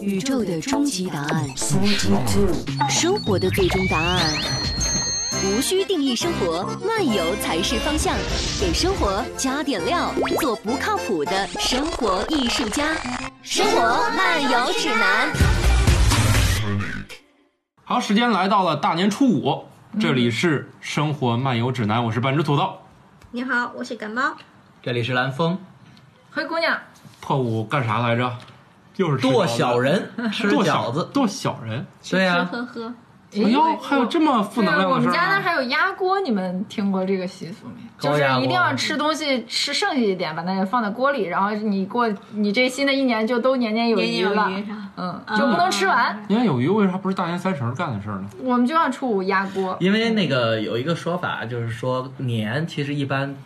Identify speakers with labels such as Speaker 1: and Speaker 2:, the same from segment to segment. Speaker 1: 宇宙的终极答案，生活的最终答案。无需定义生活，漫游才是方向。给生活加点料，做不靠谱的生活艺术家。生活漫游指南。
Speaker 2: 好，时间来到了大年初五，这里是《生活漫游指南》，我是半只土豆。
Speaker 3: 你好，我是感冒。
Speaker 4: 这里是蓝峰，
Speaker 5: 灰姑娘，
Speaker 2: 破五干啥来着？又是吃
Speaker 4: 剁
Speaker 2: 饺子
Speaker 4: 小，人吃
Speaker 2: 剁
Speaker 4: 饺
Speaker 2: 小
Speaker 4: 子，
Speaker 2: 剁小人。
Speaker 4: 对啊呀、
Speaker 3: 吃吃喝喝，
Speaker 5: 哎
Speaker 2: 哎呦，还有这么负
Speaker 5: 对
Speaker 2: 能
Speaker 5: 啊，
Speaker 2: 量
Speaker 5: 我
Speaker 2: 的事
Speaker 5: 们
Speaker 2: 儿
Speaker 5: 家那儿
Speaker 2: 吗？
Speaker 5: 还有压锅，你们听过这个习俗没？
Speaker 4: 高
Speaker 5: 就是
Speaker 4: 压锅
Speaker 5: 一定要吃东西吃剩下一点，把那个放在锅里，然后你过你这新的一年就都年年有
Speaker 3: 年年
Speaker 5: 余
Speaker 3: 有
Speaker 5: 了，
Speaker 3: 余啥？
Speaker 5: 嗯，就不能吃完。
Speaker 2: 年年有余，为啥不是大年三十儿干的事儿呢？
Speaker 5: 我们就要初五压锅，
Speaker 4: 因为那个有一个说法，就是说年其实一般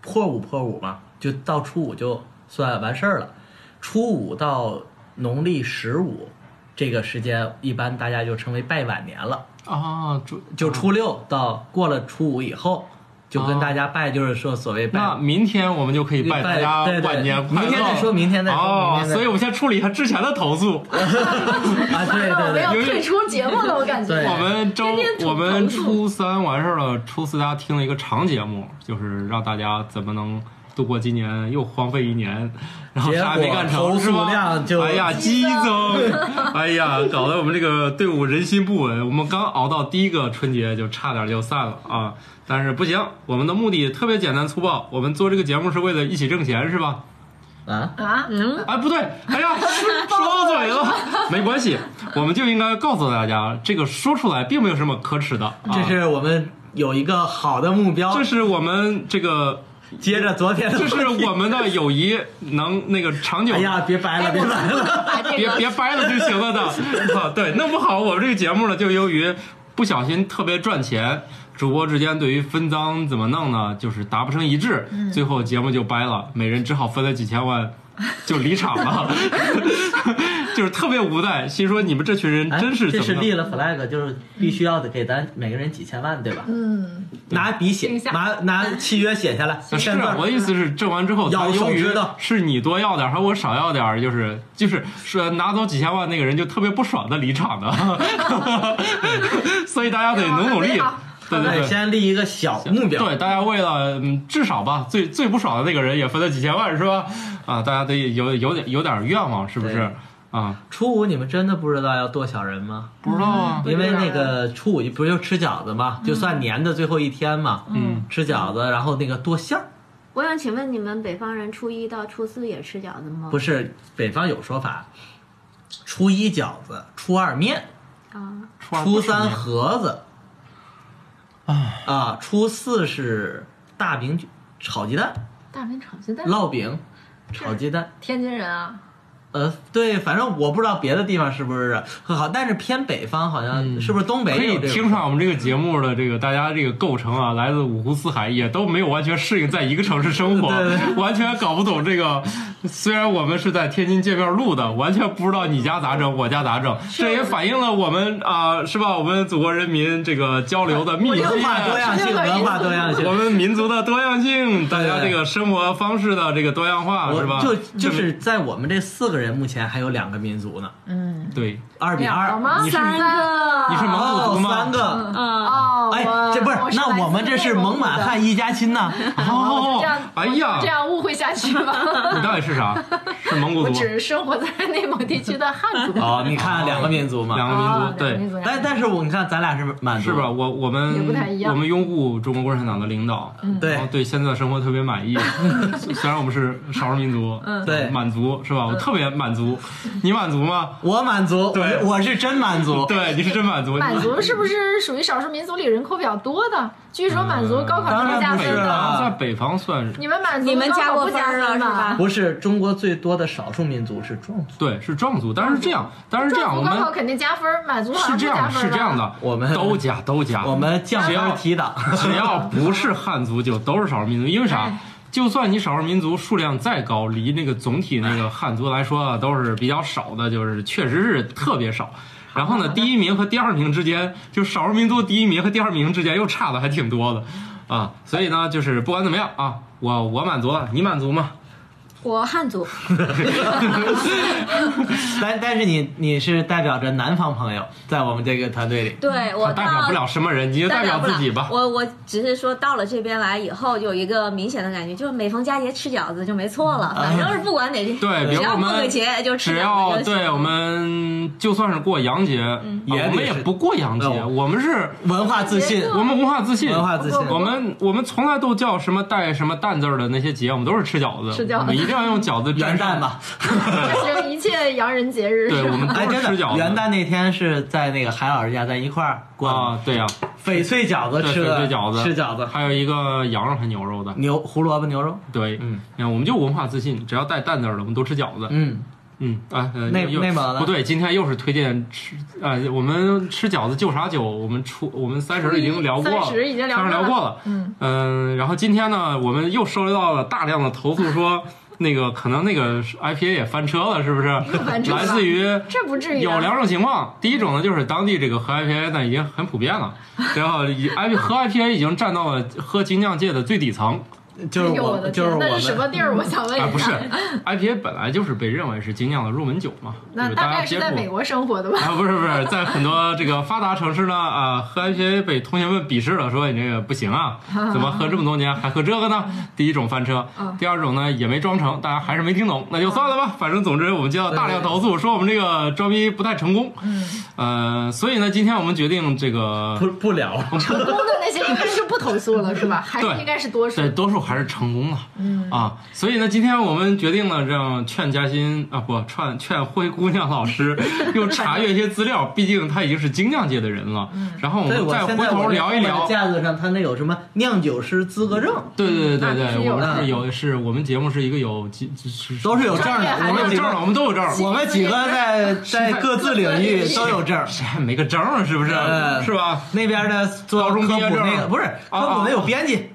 Speaker 4: 破五破五嘛，就到初五就算完事儿了。初五到农历十五这个时间，一般大家就称为拜晚年了。
Speaker 2: 啊，就
Speaker 4: 就初六到过了初五以后，就跟大家拜，就是说所谓拜。
Speaker 2: 那明天我们就可以拜大家
Speaker 4: 对对
Speaker 2: 万年快乐。
Speaker 4: 明天再说明天再说
Speaker 2: 哦
Speaker 4: 明，天再说
Speaker 2: 所以我们先处理一下之前的投诉。
Speaker 4: 啊，对对
Speaker 5: 没有
Speaker 4: 对，
Speaker 2: 因为
Speaker 5: 退出节目了，我感觉。
Speaker 4: 对
Speaker 2: 我们周
Speaker 5: 天天吐
Speaker 2: 我们
Speaker 5: 投诉
Speaker 2: 初三完事儿了，初四大家听了一个长节目，就是让大家怎么能度过今年又荒废一年，然后
Speaker 4: 结
Speaker 2: 啥也没
Speaker 4: 果
Speaker 2: 干
Speaker 4: 投
Speaker 2: 成，
Speaker 4: 诉
Speaker 2: 是吧
Speaker 4: 量？就
Speaker 2: 哎呀，激增， 哎呀，搞得我们这个队伍人心不稳。我们刚熬到第一个春节就差点就散了啊！但是不行，我们的目的特别简单粗暴，我们做这个节目是为了一起挣钱，是吧？
Speaker 4: 啊，
Speaker 5: 啊，
Speaker 2: 哎，不对，哎呀， 说到嘴了，没关系，我们就应该告诉大家，这个说出来并没有什么可耻的。啊、
Speaker 4: 这是我们有一个好的目标
Speaker 2: 这，是我们这个，
Speaker 4: 接着昨天的
Speaker 2: 这
Speaker 4: 话
Speaker 2: 是
Speaker 4: 题
Speaker 2: 我们的友谊能那个长久。
Speaker 4: 哎呀，别掰了，别掰了。
Speaker 5: 把 这
Speaker 2: 别
Speaker 5: 个
Speaker 2: 别掰了就行了的。啊，对，弄不好我们这个节目呢，就由于不小心特别赚钱，主播之间对于分赃怎么弄呢，就是达不成一致，
Speaker 4: 嗯
Speaker 2: 最后节目就掰了，每人只好分了几千万，就离场 了， 就是特别无奈。心说你们这群人
Speaker 4: 哎
Speaker 2: 真是
Speaker 4: 这
Speaker 2: 怎
Speaker 4: 是
Speaker 2: 么
Speaker 4: 立
Speaker 2: 弄？
Speaker 4: 了 flag，就是必须要得给咱每个人几千万，对吧？嗯，拿笔写
Speaker 5: 定，下
Speaker 4: 拿拿契约写下来。
Speaker 2: 是啊
Speaker 4: 现在
Speaker 2: 我的意思是，挣完之后，
Speaker 4: 啊要
Speaker 2: 咱由
Speaker 4: 手
Speaker 2: 于
Speaker 4: 指头
Speaker 2: 是你多要点儿，还我少要点儿，就是就是说拿走几千万那个人就特别不爽的离场的， 所以大家得努努力
Speaker 5: 好。
Speaker 2: 对对
Speaker 4: 对，
Speaker 2: 对，
Speaker 4: 哎先立一个小目标。
Speaker 2: 对，大家为了嗯，至少吧，最最不爽的那个人也分了几千万，是吧？啊，大家得有有点有点愿望，是不是
Speaker 4: 对？
Speaker 2: 啊，
Speaker 4: 初五你们真的不知道要剁小人吗？
Speaker 2: 不知道啊，
Speaker 4: 因为那个初五不是就吃饺子嘛，就算年的最后一天嘛，
Speaker 2: 嗯，
Speaker 4: 吃饺子，然后那个剁馅儿，
Speaker 3: 我想请问你们北方人初一到初四也吃饺子吗？
Speaker 4: 不是北方有说法，初一饺子，初二面，
Speaker 3: 啊，
Speaker 2: 初二
Speaker 4: 初
Speaker 2: 不吃
Speaker 4: 三
Speaker 2: 面
Speaker 4: 盒子，啊，初四是大饼卷炒鸡蛋，
Speaker 5: 大饼炒鸡蛋，
Speaker 4: 烙饼，炒鸡蛋。
Speaker 5: 天津人啊，
Speaker 4: 呃，对，反正我不知道别的地方是不是很好，但是偏北方好像是不是东
Speaker 2: 嗯可
Speaker 4: 北
Speaker 2: 以
Speaker 4: 有这
Speaker 2: 听
Speaker 4: 种？
Speaker 2: 上我们这个节目的这个大家这个构成啊，来自五湖四海，也都没有完全适应在一个城市生活，
Speaker 4: 对对
Speaker 2: 完全搞不懂这个。虽然我们是在天津见面录的，完全不知道你家咋整，我家咋整。这也反映了我们啊、是吧？我们祖国人民这个交流的密集
Speaker 4: 文化
Speaker 2: 啊
Speaker 4: 多 样性，文化多样
Speaker 2: 我
Speaker 4: 性，
Speaker 2: 们民族的多样性，大家这
Speaker 4: 对
Speaker 2: 个生活方式的这个多样化，是吧？
Speaker 4: 就就是在我们这四个人目前还有两个民族呢，
Speaker 5: 嗯，
Speaker 2: 对，
Speaker 4: 二比
Speaker 5: 两个
Speaker 4: 二，
Speaker 5: 吗？
Speaker 2: 你是
Speaker 5: 三个
Speaker 2: 你是蒙古族
Speaker 4: 哦，
Speaker 2: 吗？嗯
Speaker 4: 三个，
Speaker 3: 啊，
Speaker 5: 哦，
Speaker 4: 哎
Speaker 5: 我，
Speaker 4: 这不是
Speaker 5: 我，
Speaker 4: 那我们这是蒙满汉一家亲 呐，
Speaker 2: 哦
Speaker 5: 啊这样，
Speaker 2: 哎
Speaker 5: 这
Speaker 2: 呀，
Speaker 5: 样误会下去吧。
Speaker 2: 你到底是啥？是蒙古
Speaker 5: 我
Speaker 2: 族，
Speaker 5: 只是生活在内蒙地区的汉族。
Speaker 4: 哦，你看两个民族
Speaker 2: 两
Speaker 4: 嘛，
Speaker 2: 个民
Speaker 5: 哦
Speaker 2: 族，
Speaker 5: 两个
Speaker 2: 对，
Speaker 5: 民族两个
Speaker 4: 但但是我你看咱俩是满族
Speaker 2: 是吧？？我我们
Speaker 5: 也不太一样嗯
Speaker 2: 我们拥护中国共产党的领导，然后
Speaker 4: 对
Speaker 2: 对现在的生活特别满意。虽 虽然我们是少数民族，
Speaker 5: 嗯
Speaker 2: 呃
Speaker 4: 对
Speaker 2: 满族是吧？我特别满足，你满足吗？
Speaker 4: 我满族，
Speaker 2: 对
Speaker 4: 我我是真满族，
Speaker 2: 对，你是真满足，
Speaker 5: 满族是不是属于少数民族里人口比较多的？据说满
Speaker 2: 呃
Speaker 5: 族高考
Speaker 4: 当
Speaker 5: 是
Speaker 4: 然
Speaker 5: 加
Speaker 4: 不
Speaker 2: 北
Speaker 5: 分
Speaker 4: 是
Speaker 5: 的。
Speaker 4: 了
Speaker 2: 方啊在北方算是
Speaker 5: 你们满族
Speaker 3: 你们
Speaker 5: 高
Speaker 3: 加
Speaker 5: 考
Speaker 3: 过
Speaker 5: 不加
Speaker 3: 分啊了
Speaker 5: 分
Speaker 3: 是吧？
Speaker 4: 不是中国最多的少数民族是壮族，
Speaker 2: 对，是壮族，但是这样，但是这样，
Speaker 5: 壮
Speaker 2: 我
Speaker 5: 族
Speaker 2: 们
Speaker 5: 高考肯定加分，满族好
Speaker 2: 是这
Speaker 5: 像不加
Speaker 2: 样，
Speaker 5: 分啊
Speaker 2: 是这样
Speaker 5: 吧。
Speaker 2: 的，
Speaker 4: 我们
Speaker 2: 都加都加，
Speaker 4: 我们降
Speaker 2: 只要
Speaker 4: 分提档。
Speaker 2: 只要不是汉族，就都是少数民族，因为啥？就算你少数民族数量再高，离那个总体那个汉族来说啊，都是比较少的，就是确实是特别少。然后呢，第一名和第二名之间，就少数民族第一名和第二名之间又差的还挺多的，啊，所以呢，就是不管怎么样啊，我我满足了，你满足吗？
Speaker 3: 我汉 族，
Speaker 4: 但但是你你是代表着南方朋友在我们这个团队里，
Speaker 6: 对我
Speaker 2: 他代表
Speaker 6: 到
Speaker 2: 不了什么人，你就代表
Speaker 6: 不了
Speaker 2: 自己吧。
Speaker 6: 我我只是说到了这边来以后，有一个明显的感觉，就是每逢佳节吃饺子就没错了，反正是不管哪天，
Speaker 2: 嗯对，比如
Speaker 6: 只要
Speaker 2: 我
Speaker 6: 过个
Speaker 2: 们
Speaker 6: 节就吃
Speaker 2: 只
Speaker 6: 饺
Speaker 2: 要
Speaker 6: 子就行
Speaker 2: 对我们就算是过洋节，
Speaker 4: 也
Speaker 2: 啊我
Speaker 4: 得
Speaker 2: 们也
Speaker 4: 是
Speaker 2: 不过洋节，
Speaker 4: 哦
Speaker 2: 我们是。
Speaker 4: 文化自信，
Speaker 2: 我们文化自信，
Speaker 4: 文化自信
Speaker 2: 我们我们从来都叫什么带什么蛋字儿的那些节，我们都是吃饺子，
Speaker 5: 吃饺子
Speaker 2: 我们一定要用饺子
Speaker 4: 元
Speaker 2: 沾上。
Speaker 4: 旦吧，
Speaker 5: 就是一切洋人节日
Speaker 2: 对，
Speaker 5: 是
Speaker 2: 我
Speaker 5: 吧？
Speaker 2: 们
Speaker 4: 哎，
Speaker 2: 都
Speaker 4: 真
Speaker 2: 是吃饺
Speaker 4: 的，
Speaker 2: 子。
Speaker 4: 元旦那天是在那个海老师家，咱一块儿过的，
Speaker 2: 啊，对呀，
Speaker 4: 翡翠饺子
Speaker 2: 对
Speaker 4: 吃的，
Speaker 2: 翡翠饺子
Speaker 4: 吃饺子，
Speaker 2: 还有一个羊肉和牛肉的，
Speaker 4: 牛胡萝卜牛肉，
Speaker 2: 对，
Speaker 4: 嗯
Speaker 2: 你看，我们就文化自信，只要带蛋字儿的，我们都吃饺子。
Speaker 4: 嗯，
Speaker 2: 嗯，啊，呃
Speaker 4: 内
Speaker 2: 又
Speaker 4: 内蒙的
Speaker 2: 不对，今天又是推荐吃啊、我们吃饺子就啥酒，我们初我们三十已经聊过了，
Speaker 5: 嗯三十已经聊
Speaker 2: 三十聊过了。
Speaker 5: 嗯，
Speaker 2: 嗯，然后今天呢，我们又收到了大量的投诉说那个可能那个 IPA 也翻车了，是不是？
Speaker 5: 翻车了
Speaker 2: 来自于
Speaker 5: 这不至于啊。
Speaker 2: 有两种情况，第一种呢就是当地这个喝 IPA 呢已经很普遍 了，然后以 I 喝 IPA 已经占到了喝精酿界的最底层。
Speaker 4: 就是
Speaker 5: 哎呦
Speaker 4: 我
Speaker 5: 的
Speaker 4: 就是
Speaker 5: 天，
Speaker 4: 我
Speaker 5: 那是什
Speaker 4: 们
Speaker 5: 么地儿？我想问一下，
Speaker 2: 啊，不是，IPA 本来就是被认为是精酿的入门酒嘛，
Speaker 5: 那
Speaker 2: 对吧
Speaker 5: 大
Speaker 2: 大家
Speaker 5: 概是
Speaker 2: 接
Speaker 5: 在美
Speaker 2: 触。
Speaker 5: 国生活的吧？
Speaker 2: 啊，不是不是，在很多这个发达城市呢，啊，喝 IPA 被同学们鄙视了，说你这个不行 啊，怎么喝这么多年还喝这个呢？第一种翻车
Speaker 5: 嗯，
Speaker 2: 第二种呢也没装成，大家还是没听懂，那就算了吧。反正总之我们接到大量投诉，说我们这个装逼不太成功，
Speaker 5: 嗯，
Speaker 2: 呃，所以呢，今天我们决定这个
Speaker 4: 不不聊了，
Speaker 5: 成功的那些应该是不投诉了，是吧？还是
Speaker 2: 对
Speaker 5: 应该是多数
Speaker 2: 对，多数还是成功了，嗯啊，所以呢，今天我们决定了让劝嘉欣啊，不劝劝灰姑娘老师又查阅一些资料，毕竟她已经是精酿界的人了。然后我
Speaker 4: 对，
Speaker 2: 们
Speaker 4: 我
Speaker 2: 再
Speaker 4: 现
Speaker 2: 回
Speaker 4: 在
Speaker 2: 头
Speaker 4: 我这
Speaker 2: 聊一聊
Speaker 4: 后面的。架子上，它那有什么酿酒师资格证，
Speaker 2: 对对对对
Speaker 5: 那必须
Speaker 2: 对，
Speaker 5: 有
Speaker 2: 我们
Speaker 4: 的
Speaker 2: 是有是我们节目是一个有几是
Speaker 4: 都是有证
Speaker 5: 专业
Speaker 4: 的，
Speaker 5: 还
Speaker 4: 我
Speaker 5: 是
Speaker 4: 们
Speaker 2: 有
Speaker 4: 几
Speaker 2: 证儿的，
Speaker 4: 个
Speaker 2: 我们都有证儿，
Speaker 4: 我们几个 在在各自领域都有证儿。
Speaker 2: 谁还没个证儿啊是不是
Speaker 4: 嗯？
Speaker 2: 是吧？
Speaker 4: 那边的做
Speaker 2: 高
Speaker 4: 科
Speaker 2: 中
Speaker 4: 普
Speaker 2: 毕业证
Speaker 4: 那个
Speaker 2: 儿
Speaker 4: 不是
Speaker 2: 啊
Speaker 4: 科普
Speaker 2: 啊
Speaker 4: 的有 编辑，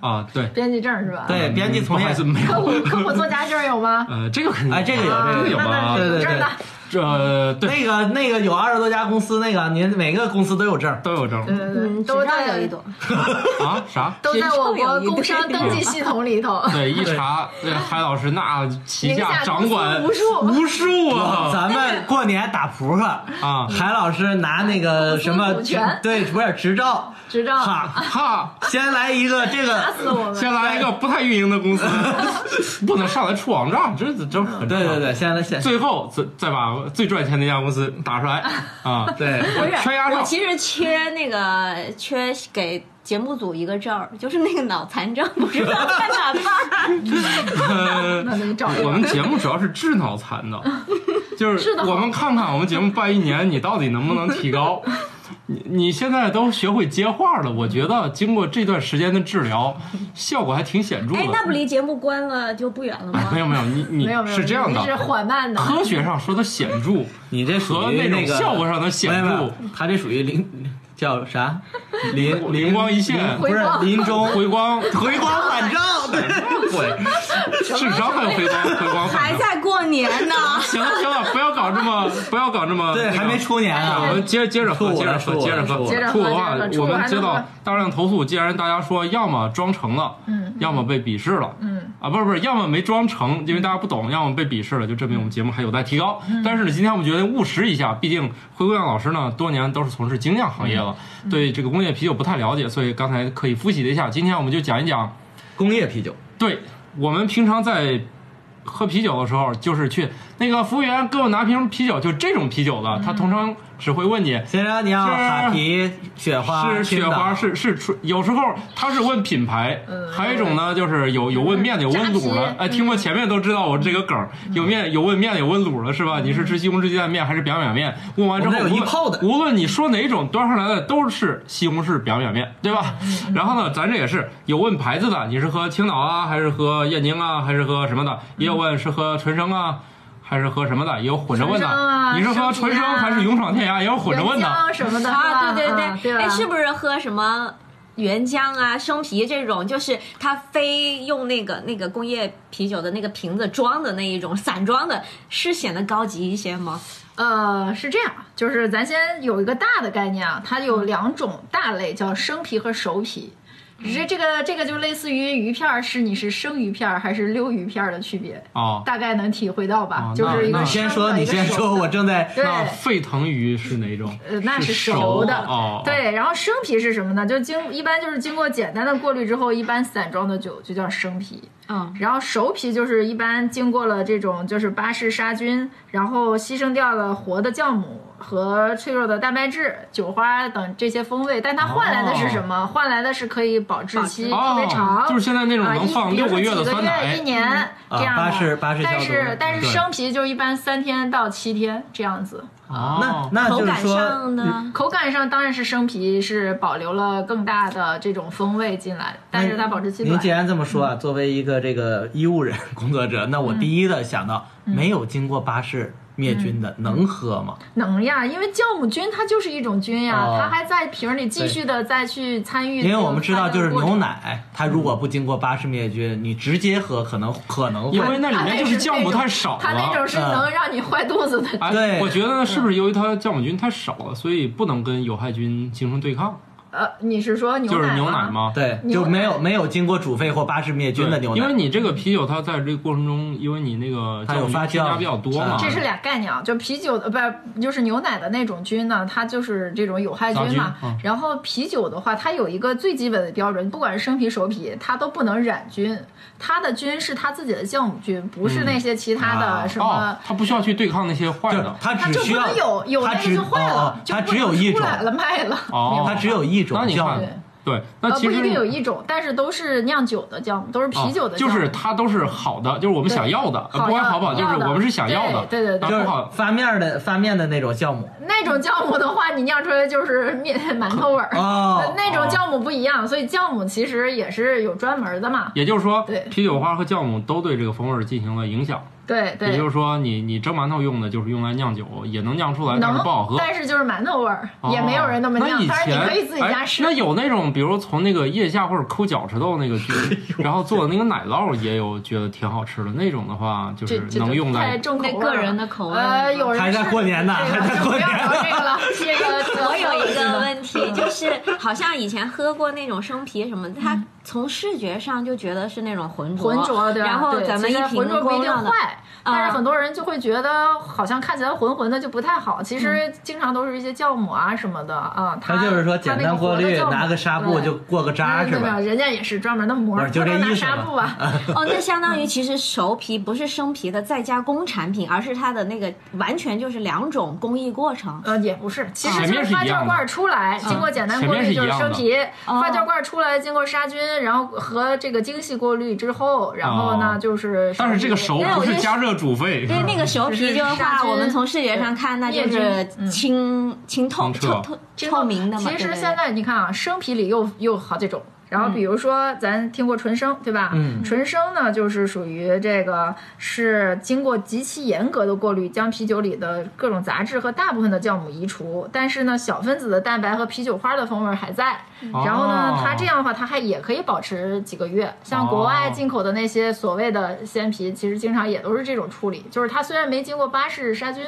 Speaker 2: 啊，对嗯
Speaker 5: 编辑证是吧？
Speaker 4: 对，编辑
Speaker 2: 不
Speaker 4: 从
Speaker 2: 好
Speaker 4: 业
Speaker 2: 意思，没
Speaker 5: 科
Speaker 2: 有，
Speaker 5: 普科普作家证有吗？
Speaker 2: 呃，这个肯定
Speaker 4: 哎这个有
Speaker 5: 啊
Speaker 4: 这个有
Speaker 5: 那
Speaker 2: 吧
Speaker 5: 那有
Speaker 4: 对对
Speaker 5: 证的，
Speaker 2: 这呃对
Speaker 4: 那个那个有二十多家公司，那个您每个公司都有证儿。
Speaker 2: 都有证
Speaker 5: 对
Speaker 2: 儿
Speaker 5: 对对，
Speaker 3: 嗯，
Speaker 5: 都
Speaker 3: 只
Speaker 5: 在
Speaker 3: 要有一朵，
Speaker 2: 啊啥？
Speaker 5: 都在我国
Speaker 6: 有一堆
Speaker 5: 工商登记系统 里头，
Speaker 2: 对，一查，对嗨老师那旗
Speaker 5: 名
Speaker 2: 下
Speaker 5: 下
Speaker 2: 掌管
Speaker 5: 公司无数
Speaker 2: 无数 啊
Speaker 4: 咱们过年打扑克，
Speaker 2: 啊
Speaker 4: 海老师拿那个什么
Speaker 5: 公司股权
Speaker 4: 对，不是执照，
Speaker 5: 执照
Speaker 4: 哈，
Speaker 2: 哈！
Speaker 4: 先来一 个这个，
Speaker 5: 死我们。
Speaker 2: 先来一个不太运营的公司， 不能上来出网站，这这很
Speaker 4: 对对
Speaker 2: 对。
Speaker 4: 对，先来先
Speaker 2: 最后再再把最赚钱那家公司打 出来啊！
Speaker 4: 对，
Speaker 6: 不是
Speaker 2: 我全压
Speaker 6: 我
Speaker 2: 上，
Speaker 6: 其实缺那个缺给节目组一个证儿，就是那个脑残证，不知道在哪 办。
Speaker 2: 呃
Speaker 5: 那得找一
Speaker 2: 我
Speaker 5: 个
Speaker 2: 们节目主要是治脑残 的，就是
Speaker 5: 治得好
Speaker 2: 我们看看我们节目办一年，你到底能不能提 高？你你现在都学会接话了，我觉得经过这段时间的治疗，效果还挺显著的。
Speaker 6: 哎，那不离节目关了就不远了
Speaker 2: 哎没
Speaker 6: 吗？
Speaker 2: 有没有，你你
Speaker 5: 没有没有，
Speaker 2: 是这样
Speaker 5: 你是
Speaker 2: 的，
Speaker 5: 缓慢的，
Speaker 2: 科学上说的显著
Speaker 4: 你这属
Speaker 2: 和那
Speaker 4: 于
Speaker 2: 种
Speaker 4: 个
Speaker 2: 效果上的显
Speaker 4: 没有没有
Speaker 2: 著，
Speaker 4: 他这属于灵叫啥？灵
Speaker 2: 灵光一现
Speaker 4: 不是
Speaker 5: 回光
Speaker 4: 临终
Speaker 2: 回 光，
Speaker 4: 回光返照，对。
Speaker 2: 对，智商还有回光回光反
Speaker 6: 还
Speaker 2: 正。
Speaker 6: 在过年呢，
Speaker 2: 行了行了，不要搞这么不要搞这么
Speaker 4: 对，
Speaker 2: 那个
Speaker 4: 还没出年
Speaker 2: 啊我
Speaker 4: 呢。
Speaker 2: 们接接着喝，
Speaker 4: 初五
Speaker 2: 接着喝，
Speaker 4: 了初五
Speaker 2: 接着
Speaker 4: 了初
Speaker 2: 喝
Speaker 4: 五。
Speaker 5: 了
Speaker 2: 初五的话
Speaker 5: 接着喝接着喝，初
Speaker 2: 我
Speaker 5: 五
Speaker 2: 们
Speaker 5: 还
Speaker 2: 接
Speaker 5: 能
Speaker 2: 到
Speaker 5: 喝
Speaker 2: 大量投诉，既然大家说要么装成了，
Speaker 5: 嗯，
Speaker 2: 要么被鄙视了，
Speaker 5: 嗯，
Speaker 2: 啊，不是不是，要么没装成，因为大家不懂，要么被鄙视了，就证明我们节目还有待提高。
Speaker 5: 嗯
Speaker 2: 但是呢，今天我们决定务实一下，毕竟灰姑娘老师呢，多年都是从事精酿行业了，
Speaker 5: 嗯
Speaker 2: 对这个工业啤酒不太了解，所以刚才刻意复习了一下。今天我们就讲一讲，
Speaker 4: 工业啤酒，
Speaker 2: 对我们平常在。喝啤酒的时候，就是去那个服务员给我拿瓶啤酒，就这种啤酒的，他
Speaker 5: 嗯
Speaker 2: 通常只会问你
Speaker 4: 先生你好，
Speaker 2: 是
Speaker 4: 哈啤、雪花、
Speaker 2: 是雪花，
Speaker 4: 青岛
Speaker 2: 是是纯，有时候他是问品牌，
Speaker 5: 嗯
Speaker 2: 还有一种呢，就是有有问面的，有问卤
Speaker 5: 扎嗯
Speaker 2: 的
Speaker 5: 啤。
Speaker 2: 哎，听过前面都知道我这个梗儿，有面有问面的，有问卤的，是吧？你
Speaker 5: 嗯
Speaker 2: 是吃西红柿鸡蛋面还是表表面？问完之后，
Speaker 4: 我们那有
Speaker 2: 无论
Speaker 4: 一泡的
Speaker 2: 无论你说哪种，端上来的都是西红柿表表面，对吧？
Speaker 5: 嗯
Speaker 2: 然后呢，咱这也是有问牌子的，你是喝青岛啊，还是喝燕京啊，还是喝什么的？也有问是喝纯生啊。还是喝什么的，也有混着问的。
Speaker 5: 纯生啊
Speaker 2: 你是喝
Speaker 5: 生啤
Speaker 2: 纯生
Speaker 5: 啊
Speaker 2: 还是勇闯天涯，也有混着问的。
Speaker 5: 原浆什么的
Speaker 6: 啊，对
Speaker 5: 是吧
Speaker 6: 对
Speaker 5: 啊对吧
Speaker 6: 哎，是不是喝什么原浆啊、生啤这种，就是他非用那个那个工业啤酒的那个瓶子装的那一种散装的，是显得高级一些吗？
Speaker 5: 呃，是这样，啊
Speaker 6: 嗯
Speaker 5: 就是咱先有一个大的概念啊，它有两种大类，叫生啤和熟啤。只
Speaker 6: 嗯
Speaker 5: 是这个这个就类似于鱼片儿，是你是生鱼片儿还是溜鱼片儿的区别，
Speaker 2: 哦，
Speaker 5: 大概能体会到吧？
Speaker 2: 哦
Speaker 5: 就是一
Speaker 2: 那
Speaker 5: 个
Speaker 4: 你
Speaker 5: 生
Speaker 4: 先
Speaker 5: 的
Speaker 4: 说，你
Speaker 5: 一个
Speaker 4: 先
Speaker 5: 熟
Speaker 4: 说，
Speaker 5: 的
Speaker 4: 我正在啊
Speaker 5: 对
Speaker 2: 那沸腾鱼是哪种？
Speaker 5: 呃，那
Speaker 2: 是
Speaker 5: 是
Speaker 2: 熟
Speaker 5: 熟的，
Speaker 2: 的哦
Speaker 5: 对。然后生皮是什么呢？就经一般就是经过简单的过滤之后，一般散装的酒就叫生皮。
Speaker 6: 嗯，
Speaker 5: 然后熟皮就是一般经过了这种就是巴氏杀菌，然后牺牲掉了活的酵母和脆弱的蛋白质、酒花等这些风味，但它换来的是什么？换来的是可以保质期
Speaker 2: 哦
Speaker 5: 特别长，
Speaker 2: 就是现在那种
Speaker 5: 啊
Speaker 2: 能
Speaker 5: 一
Speaker 2: 放
Speaker 5: 比
Speaker 2: 六
Speaker 5: 如
Speaker 2: 个
Speaker 5: 说
Speaker 2: 月的
Speaker 5: 几
Speaker 2: 酸奶
Speaker 5: 月一年
Speaker 4: 嗯
Speaker 5: 这样的。
Speaker 4: 啊巴氏巴氏消
Speaker 5: 但是
Speaker 4: 毒
Speaker 5: 但是
Speaker 2: 对
Speaker 5: 生皮就一般三天到七天这样子。
Speaker 2: 哦
Speaker 4: 那，那
Speaker 6: 口
Speaker 4: 就是
Speaker 6: 感
Speaker 4: 说嗯
Speaker 6: 上，呢，
Speaker 5: 口感上当然是生皮是保留了更大的这种风味进来，但是它保质期
Speaker 4: 您
Speaker 5: 短
Speaker 4: 既。然这么说啊，作为一个这个医务人工作者，那我
Speaker 5: 嗯
Speaker 4: 第一的想到，没有经过巴氏灭菌的能喝吗？
Speaker 5: 能呀，因为酵母菌它就是一种菌呀，
Speaker 4: 哦
Speaker 5: 它还在瓶里继续的再去参与这
Speaker 4: 因
Speaker 5: 个
Speaker 4: 为
Speaker 5: 发酵的过程。
Speaker 4: 我们知道，就是牛奶，它如果不经过巴氏灭菌，你直接喝可能可能
Speaker 2: 因
Speaker 4: 会
Speaker 2: 为那里面就是酵母太少
Speaker 5: 它那种
Speaker 2: 了。
Speaker 5: 是
Speaker 4: 嗯
Speaker 5: 能让你坏肚子的。
Speaker 2: 哎，
Speaker 4: 对
Speaker 2: 我觉得是不是由于它酵母菌太少了，所以不能跟有害菌形成对抗？
Speaker 5: 呃，你是说牛奶
Speaker 2: 就是
Speaker 5: 吗？
Speaker 2: 牛奶吗？
Speaker 4: 对，
Speaker 5: 牛
Speaker 4: 就
Speaker 5: 奶
Speaker 4: 没有没有经过煮沸或巴氏灭菌的牛奶，
Speaker 2: 因为你这个啤酒它在这个过程中，因为你那个
Speaker 4: 它有
Speaker 2: 酵母菌
Speaker 4: 发酵
Speaker 2: 添加比较多嘛，
Speaker 4: 啊
Speaker 5: 这是俩概念啊，就啤酒的不就是牛奶的那种菌呢，它就是这种有害菌嘛
Speaker 2: 杂。菌嗯
Speaker 5: 然后啤酒的话，它有一个最基本的标准，不管是生啤熟啤，它都不能染菌。它的菌是它自己的酵母菌，不是那些其他的
Speaker 4: 啊
Speaker 5: 什么。
Speaker 2: 嗯哦，它不需要去对抗那些坏
Speaker 4: 就是
Speaker 2: 的。
Speaker 4: 它
Speaker 5: 它
Speaker 4: 只
Speaker 5: 就
Speaker 4: 需
Speaker 5: 不
Speaker 4: 要
Speaker 5: 能有有
Speaker 4: 它
Speaker 5: 那个
Speaker 4: 只
Speaker 5: 就坏了
Speaker 4: 哦哦，
Speaker 5: 就
Speaker 4: 它
Speaker 5: 不
Speaker 4: 只
Speaker 5: 能
Speaker 4: 有一
Speaker 5: 出
Speaker 4: 种，
Speaker 5: 来了卖了，
Speaker 2: 哦
Speaker 5: 明白
Speaker 4: 它
Speaker 5: 吗
Speaker 4: 只有一种
Speaker 2: 那你
Speaker 4: 酵
Speaker 2: 看
Speaker 4: 母
Speaker 5: 对，
Speaker 2: 对，啊那
Speaker 5: 呃
Speaker 2: 其
Speaker 5: 不
Speaker 2: 实
Speaker 5: 一定有一种，但是都是酿酒的酵母，都是啤酒的
Speaker 2: 啊
Speaker 5: 酵
Speaker 2: 就
Speaker 5: 母，
Speaker 2: 是它都是好的，就是我们想要的，
Speaker 5: 好
Speaker 2: 呃
Speaker 5: 药
Speaker 2: 不管好不好，就是
Speaker 5: 要的
Speaker 2: 我们是想要的。
Speaker 5: 对对对对
Speaker 2: 啊
Speaker 4: 就
Speaker 2: 不
Speaker 4: 是
Speaker 2: 好，
Speaker 4: 发面的发面的那种酵母
Speaker 5: 那种酵母的话，你酿出来就是面馒头味儿。
Speaker 4: 哦，
Speaker 5: 那种酵母不一样，所以酵母其实也是有专门的嘛。
Speaker 2: 也就是说
Speaker 5: 对，
Speaker 2: 啤酒花和酵母都对这个风味儿进行了影响。
Speaker 5: 对对，
Speaker 2: 也就是说你，你蒸馒头用的就是用来酿酒，也能酿出来，但
Speaker 5: 能
Speaker 2: 是不好喝。
Speaker 5: 但是就是馒头味儿，
Speaker 2: 哦
Speaker 5: 也没有人那么
Speaker 2: 那
Speaker 5: 酿。
Speaker 2: 以
Speaker 5: 当然
Speaker 2: 前
Speaker 5: 你可以自己
Speaker 2: 哎
Speaker 5: 家试
Speaker 2: 那。有那种，比如从那个腋下或者抠脚趾头那 个菌，然后做的那个奶酪，也有觉得挺好吃的。那种的话，就
Speaker 5: 这
Speaker 2: 是
Speaker 5: 这
Speaker 2: 能用
Speaker 5: 就太
Speaker 2: 来。
Speaker 5: 重口
Speaker 6: 那
Speaker 5: 味
Speaker 6: 个
Speaker 5: 儿
Speaker 6: 人
Speaker 5: 了
Speaker 6: 的口味
Speaker 5: 呃，有人
Speaker 4: 还在
Speaker 5: 是
Speaker 4: 过年呢
Speaker 5: 这个
Speaker 4: 还在
Speaker 5: 就
Speaker 4: 过
Speaker 5: 不
Speaker 4: 年
Speaker 5: 要聊这个了，这个
Speaker 6: 我有一个问 题，就是好像以前喝过那种生啤什么，它从视觉上就觉得是那种浑浊，
Speaker 5: 浑浊，对吧？
Speaker 6: 然后
Speaker 5: 对
Speaker 6: 咱们
Speaker 5: 其
Speaker 6: 一
Speaker 5: 实
Speaker 6: 瓶
Speaker 5: 浑浊不一
Speaker 6: 光
Speaker 5: 定
Speaker 6: 亮的，
Speaker 5: 坏，但
Speaker 6: 嗯
Speaker 5: 是很多人就会觉得好像看起来浑浑的就不太好，其实经常都是一些酵母啊什么的啊。它
Speaker 4: 它就是说简单过滤，拿个
Speaker 5: 个
Speaker 4: 纱布就过个渣
Speaker 5: 嗯对
Speaker 4: 是吧？
Speaker 5: 人家也是专门的膜
Speaker 4: 不
Speaker 5: 儿，
Speaker 4: 是就
Speaker 5: 不
Speaker 4: 这
Speaker 5: 能拿
Speaker 4: 意思
Speaker 5: 纱
Speaker 4: 吧
Speaker 5: 布啊。
Speaker 6: 哦，那相当于其实熟皮不是生皮的再加工产品，而是它的那个完全就是两种工艺过程。
Speaker 4: 嗯
Speaker 5: 呃，也不是，其实
Speaker 2: 前
Speaker 5: 就
Speaker 2: 面是
Speaker 5: 发
Speaker 2: 一样
Speaker 5: 酵
Speaker 2: 的
Speaker 5: 罐儿出来，经过简单
Speaker 2: 前
Speaker 5: 过
Speaker 2: 面是
Speaker 5: 滤
Speaker 2: 一
Speaker 5: 就是
Speaker 2: 样的
Speaker 5: 生皮，
Speaker 6: 哦
Speaker 5: 发酵罐儿出来经过杀菌，然后和这个精细过滤之后，然后
Speaker 2: 哦
Speaker 5: 呢就是，
Speaker 2: 但是这个熟
Speaker 6: 那
Speaker 2: 不
Speaker 6: 我就是
Speaker 2: 加热煮沸，
Speaker 6: 对，那个熟
Speaker 5: 就是
Speaker 6: 皮就是
Speaker 5: 杀
Speaker 6: 话，
Speaker 5: 菌
Speaker 6: 我们从视觉上看，那就
Speaker 5: 灭
Speaker 6: 是
Speaker 5: 菌嗯
Speaker 6: 清清透
Speaker 2: 清澈
Speaker 6: 透透
Speaker 5: 这
Speaker 6: 透
Speaker 5: 种
Speaker 6: 明的嘛。
Speaker 5: 其
Speaker 6: 对
Speaker 5: 实
Speaker 6: 不对嗯
Speaker 5: 现在你看啊，生啤里又又好几种。然后比如说，咱听过纯生，对吧？
Speaker 4: 嗯
Speaker 5: 纯生呢，就是属于这个是经过极其严格的过滤，将啤酒里的各种杂质和大部分的酵母移除，但是呢，小分子的蛋白和啤酒花的风味儿还在。然后呢
Speaker 2: 哦，
Speaker 5: 它这样的话，它还也可以保持几个月。像国外
Speaker 2: 哦
Speaker 5: 进口的那些所谓的鲜啤，其实经常也都是这种处理，就是它虽然没经过巴氏杀菌，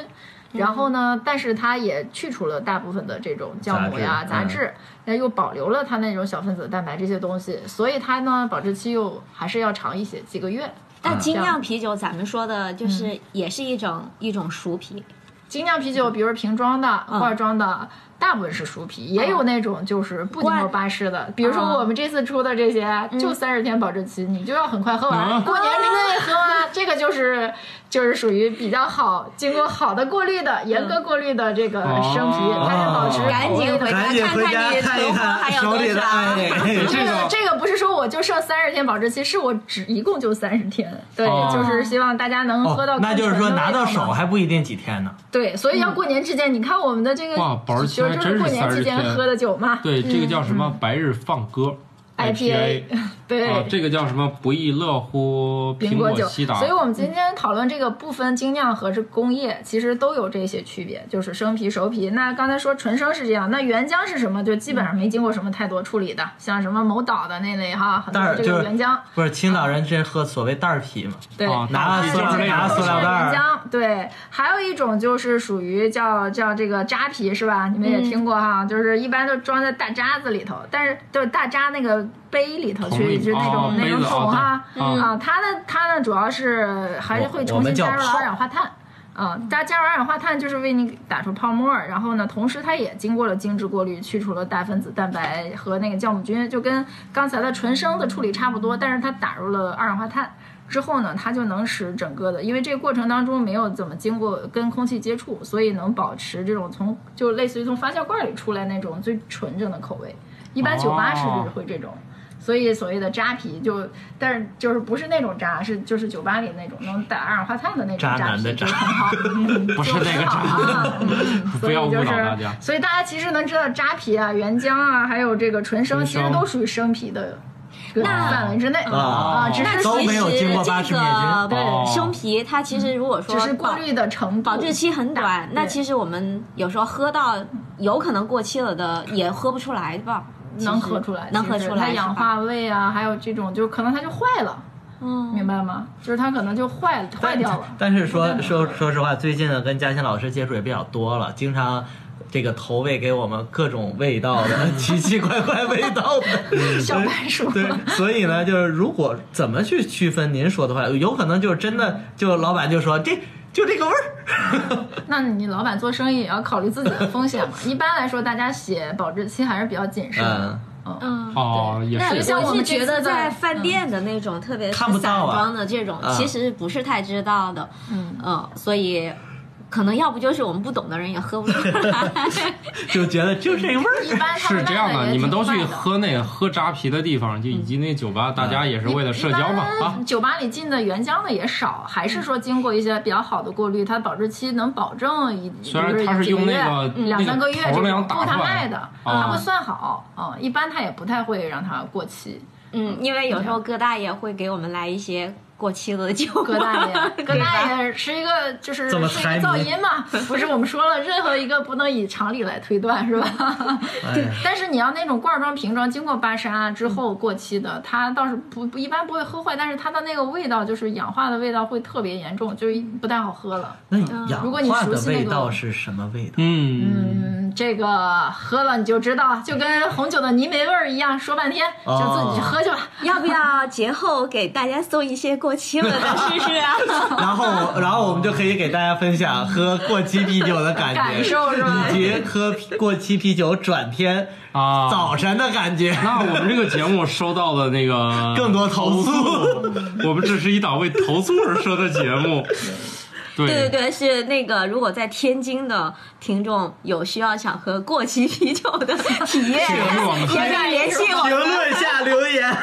Speaker 5: 然后呢，但是它也去除了大部分的这种酵母呀、
Speaker 4: 杂
Speaker 5: 杂
Speaker 4: 质嗯
Speaker 5: 质，那又保留了它那种小分子蛋白这些东西，所以它呢保质期又还是要长一些，几个月。
Speaker 6: 那
Speaker 4: 嗯
Speaker 6: 精
Speaker 5: 这
Speaker 6: 酿
Speaker 5: 样
Speaker 6: 啤酒，咱们说的
Speaker 5: 嗯
Speaker 6: 就是也是一种一种熟啤，
Speaker 5: 精酿啤酒，比如瓶装的、
Speaker 6: 嗯
Speaker 5: 罐装的，大部分是熟啤，也有那种就是不经
Speaker 6: 罐
Speaker 5: 过巴氏的。比如说
Speaker 6: 啊
Speaker 5: 我们这次出的这些，
Speaker 6: 嗯
Speaker 5: 就三十天保质期，你就要很快喝
Speaker 2: 啊
Speaker 4: 嗯
Speaker 5: 完，过年之内喝完。这个就是就是属于比较好，经过好的过滤的、严格过滤的这个生啤，
Speaker 2: 哦
Speaker 5: 它是保持
Speaker 6: 嗯赶紧回家
Speaker 4: 赶紧回家
Speaker 6: 看
Speaker 4: 看
Speaker 6: 你
Speaker 4: 一
Speaker 6: 存货还有
Speaker 4: 手里
Speaker 6: 多
Speaker 4: 的，
Speaker 6: 少。
Speaker 2: 对这
Speaker 4: 哎，
Speaker 5: 这个
Speaker 2: 个
Speaker 5: 这个不是说我就剩三十天保质期，是我只一共就三十天，对，
Speaker 2: 哦
Speaker 5: 就是希望大家能喝到
Speaker 4: 哦，
Speaker 5: 更
Speaker 4: 那就是
Speaker 5: 纯
Speaker 4: 说
Speaker 5: 的
Speaker 4: 拿
Speaker 5: 味
Speaker 4: 到
Speaker 5: 道嘛
Speaker 4: 手还不一定几天呢。
Speaker 5: 对，所
Speaker 4: 嗯
Speaker 5: 以要过年之前，你看我们的这个
Speaker 2: 哇保质期
Speaker 5: 就
Speaker 2: 还
Speaker 5: 就
Speaker 2: 真是
Speaker 5: 过年期间
Speaker 2: 30天
Speaker 5: 喝的酒嘛
Speaker 2: 对这个叫什
Speaker 5: 嗯
Speaker 2: 么？白日放歌
Speaker 5: IPA 对。
Speaker 2: 啊，这个叫什么？不亦乐乎苹果
Speaker 5: 酒，
Speaker 2: 西达嗯
Speaker 5: 所以。我们今天讨论这个不分精酿和是工业，其实都有这些区别，就是生啤、熟啤。那刚才说纯生是这样，那原浆是什么？就基本上没经过什么太多处理的，像什么某岛的那类哈，很
Speaker 4: 袋
Speaker 5: 多
Speaker 4: 儿
Speaker 5: 这
Speaker 4: 就
Speaker 5: 个
Speaker 4: 是
Speaker 5: 原浆，
Speaker 4: 不是青岛人真喝所谓袋儿啤嘛？
Speaker 5: 对，
Speaker 2: 啊
Speaker 4: 拿
Speaker 2: 就是
Speaker 4: 塑料
Speaker 2: 那
Speaker 4: 拿
Speaker 2: 种
Speaker 4: 塑料袋
Speaker 5: 原
Speaker 4: 儿，
Speaker 5: 浆，对，还有一种就是属于叫叫这个扎啤是吧？你们也听过哈，就是一般都装在大渣子里头，但是就是大渣那个杯里头
Speaker 2: 桶里
Speaker 5: 去，就是那
Speaker 2: 哦
Speaker 5: 种那种
Speaker 2: 杯子
Speaker 5: 桶哈
Speaker 2: 哦对嗯
Speaker 5: 啊，它呢它呢主要是还
Speaker 4: 我
Speaker 5: 会
Speaker 4: 我
Speaker 5: 重
Speaker 4: 们
Speaker 5: 新
Speaker 4: 叫
Speaker 5: 加入了
Speaker 4: 泡
Speaker 5: 二氧化碳。啊，加加入二氧化碳就是为你打出泡沫儿，然后呢，同时它也经过了精致过滤，去除了大分子蛋白和那个酵母菌，就跟刚才的纯生的处理差不多，但是它打入了二氧化碳之后呢，它就能使整个的，因为这个过程当中没有怎么经过跟空气接触，所以能保持这种从就类似于从发酵罐里出来那种最纯正的口味。一般酒吧是
Speaker 2: 哦
Speaker 5: 会这种。所以所谓的扎啤就，但是就是不是那种扎，是就是酒吧里那种能打二氧化碳的那种
Speaker 4: 渣
Speaker 5: 扎
Speaker 4: 男
Speaker 5: 啤，
Speaker 4: 的
Speaker 5: 就
Speaker 4: 渣
Speaker 5: 很好， 嗯
Speaker 2: 不是
Speaker 5: 就
Speaker 2: 那个
Speaker 5: 很好 啊嗯
Speaker 2: 不
Speaker 5: 所以
Speaker 2: 要误
Speaker 5: 就
Speaker 2: 导
Speaker 5: 是
Speaker 2: 大家。
Speaker 5: 所以大家其实能知道扎啤啊、原浆啊，还有这个纯生，
Speaker 2: 纯
Speaker 5: 其实
Speaker 2: 生
Speaker 5: 都属于生啤的这个
Speaker 6: 那
Speaker 5: 范围之内
Speaker 4: 啊
Speaker 5: 啊，只
Speaker 6: 那
Speaker 5: 是
Speaker 4: 都
Speaker 6: 其
Speaker 4: 没
Speaker 6: 实
Speaker 4: 有经过巴氏
Speaker 6: 这
Speaker 4: 灭菌
Speaker 2: 哦
Speaker 6: 个生啤，它其实如果说
Speaker 5: 只是过
Speaker 6: 保
Speaker 5: 滤的程度
Speaker 6: 保质期很短，那
Speaker 5: 对
Speaker 6: 其实我们有时候喝到有可能过期了的也喝不出来吧？其实
Speaker 5: 能喝出来，
Speaker 6: 能喝
Speaker 5: 其实
Speaker 6: 出来，
Speaker 5: 它氧
Speaker 6: 是吧，
Speaker 5: 化味啊，还有这种就可能它就坏了，
Speaker 6: 嗯，
Speaker 5: 明白吗？就是它可能就坏了，坏掉了。
Speaker 4: 但是说说说实话，最近呢跟嘉欣老师接触也比较多了，经常这个投喂给我们各种味道的 奇奇怪怪味道的
Speaker 5: 小白鼠
Speaker 4: 对，所以呢，就是如果怎么去区分您说的话，有可能就是真的，就老板就说这就这个味 儿。
Speaker 5: 那你老板做生意也要考虑自己的风险嘛。一般来说，大家写保质期还是比较谨慎的。
Speaker 4: 嗯，
Speaker 5: 嗯，
Speaker 6: 嗯。
Speaker 2: 哦，也
Speaker 6: 那
Speaker 5: 就是像我
Speaker 6: 是
Speaker 5: 们
Speaker 6: 觉
Speaker 5: 这
Speaker 6: 得
Speaker 5: 次在
Speaker 6: 在饭店的那种，特别是
Speaker 4: 看不
Speaker 6: 散
Speaker 4: 到啊
Speaker 6: 装的这种
Speaker 4: 啊，
Speaker 6: 其实不是太知道的。
Speaker 5: 嗯
Speaker 6: 所以可能要不就是我们不懂的人也喝不出 来。
Speaker 4: 就觉得就这个味儿。
Speaker 5: 一般他
Speaker 2: 嗯是这样
Speaker 5: 卖
Speaker 2: 的，
Speaker 5: 也
Speaker 2: 你们
Speaker 5: 挺
Speaker 2: 都去
Speaker 5: 快的嗯
Speaker 2: 喝那个喝扎啤的地方，就以及那酒吧，大家也是为了社交嘛
Speaker 5: 一般
Speaker 2: 啊。
Speaker 5: 酒吧里进的原浆的也少，还是说经过一些比较好的过滤，它保质期能保证一，
Speaker 2: 虽然
Speaker 5: 比如
Speaker 2: 它是
Speaker 5: 几个
Speaker 2: 用那
Speaker 5: 月
Speaker 2: 个
Speaker 5: 嗯两
Speaker 2: 那个
Speaker 5: 三个月
Speaker 2: 头
Speaker 5: 这
Speaker 2: 那样
Speaker 5: 种
Speaker 2: 打
Speaker 5: 够他
Speaker 2: 出来
Speaker 5: 卖的
Speaker 2: 啊，
Speaker 5: 他会算好。嗯，一般他也不太会让它过期。
Speaker 6: 嗯，因为有时候哥大爷会给我们来一些过期了的酒。
Speaker 5: 葛 大爷，葛
Speaker 6: 爷，
Speaker 5: 大爷是一个就是是
Speaker 4: 怎
Speaker 5: 一
Speaker 4: 么
Speaker 5: 个
Speaker 4: 猜谜
Speaker 5: 噪音嘛？不是，我们说了，任何一个不能以常理来推断，是吧？
Speaker 4: 哎呀
Speaker 5: 但是你要那种罐装、瓶装，经过巴沙之后过期的，它倒是不不一般不会喝坏，但是它的那个味道就是氧化的味道会特别严重，就是不太好喝了。
Speaker 4: 那氧
Speaker 5: 嗯如果你
Speaker 4: 化
Speaker 5: 熟
Speaker 4: 的
Speaker 5: 悉那个
Speaker 4: 味道是什么味 道？
Speaker 2: 嗯，
Speaker 5: 嗯，这个喝了你就知道，就跟红酒的泥煤味儿一样，说半天就自己去喝去吧。
Speaker 4: 哦
Speaker 6: 要不要节后给大家送一些过期了的试试 啊？
Speaker 4: 然后我，然后我们就可以给大家分享喝过期啤酒的感觉，
Speaker 5: 感受是吧
Speaker 4: 以及喝过期啤酒转天
Speaker 2: 啊
Speaker 4: 早晨的感觉。
Speaker 2: 那我们这个节目收到了那个
Speaker 4: 更多投诉，
Speaker 2: 我们这是一档为投诉而设的节 目。
Speaker 6: 对对对，是那个，如果在天津的听众有需要想喝过期啤酒的体验，
Speaker 2: 是是我们
Speaker 6: 可以联系我
Speaker 4: 评
Speaker 6: 们。
Speaker 4: 论下留言。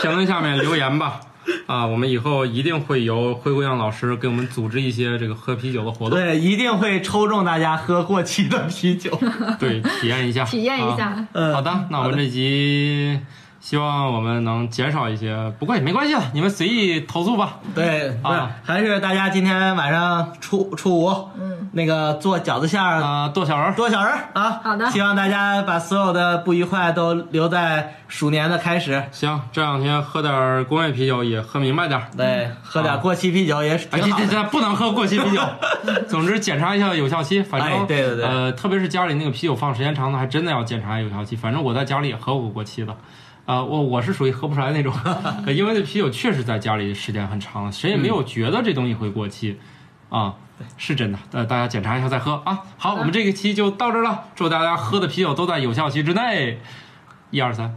Speaker 2: 评论下面留言吧。啊，我们以后一定会由灰姑娘老师给我们组织一些这个喝啤酒的活动，
Speaker 4: 对，一定会抽中大家喝过期的啤酒。
Speaker 2: 对，体验一下，
Speaker 5: 体验一下
Speaker 2: 啊
Speaker 4: 嗯
Speaker 2: 好的，那我们这集希望我们能减少一些，不过也没关系了，你们随意投诉吧。
Speaker 4: 对，不是
Speaker 2: 啊，
Speaker 4: 还是大家今天晚上初初五，嗯，那个做饺子馅儿
Speaker 2: 啊，剁小人儿，
Speaker 4: 多小人儿啊！
Speaker 5: 好的
Speaker 4: 希望大家把所有的不愉快都留在鼠年的开始。
Speaker 2: 行，这两天喝点儿工业啤酒也喝明白点儿。
Speaker 4: 对，喝点
Speaker 2: 好
Speaker 4: 过期啤酒也是
Speaker 2: 啊，
Speaker 4: 挺
Speaker 2: 这
Speaker 4: 好
Speaker 2: 这
Speaker 4: 的。
Speaker 2: 这不能喝过期 啤酒。总之检查一下有效期，反正、
Speaker 4: 哎对对对
Speaker 2: 呃，特别是家里那个啤酒放时间长的，还真的要检查有效期。反正我在家里也喝过过期的，啊、我我是属于喝不出来那 种，呃因为那啤酒确实在家里时间很长了，谁也没
Speaker 4: 嗯
Speaker 2: 有觉得这东西会过期，啊、是真的。呃，大家检查一下再喝啊。好，我们这个期就到这儿了，祝大家喝的啤酒都在有效期之内。一二三，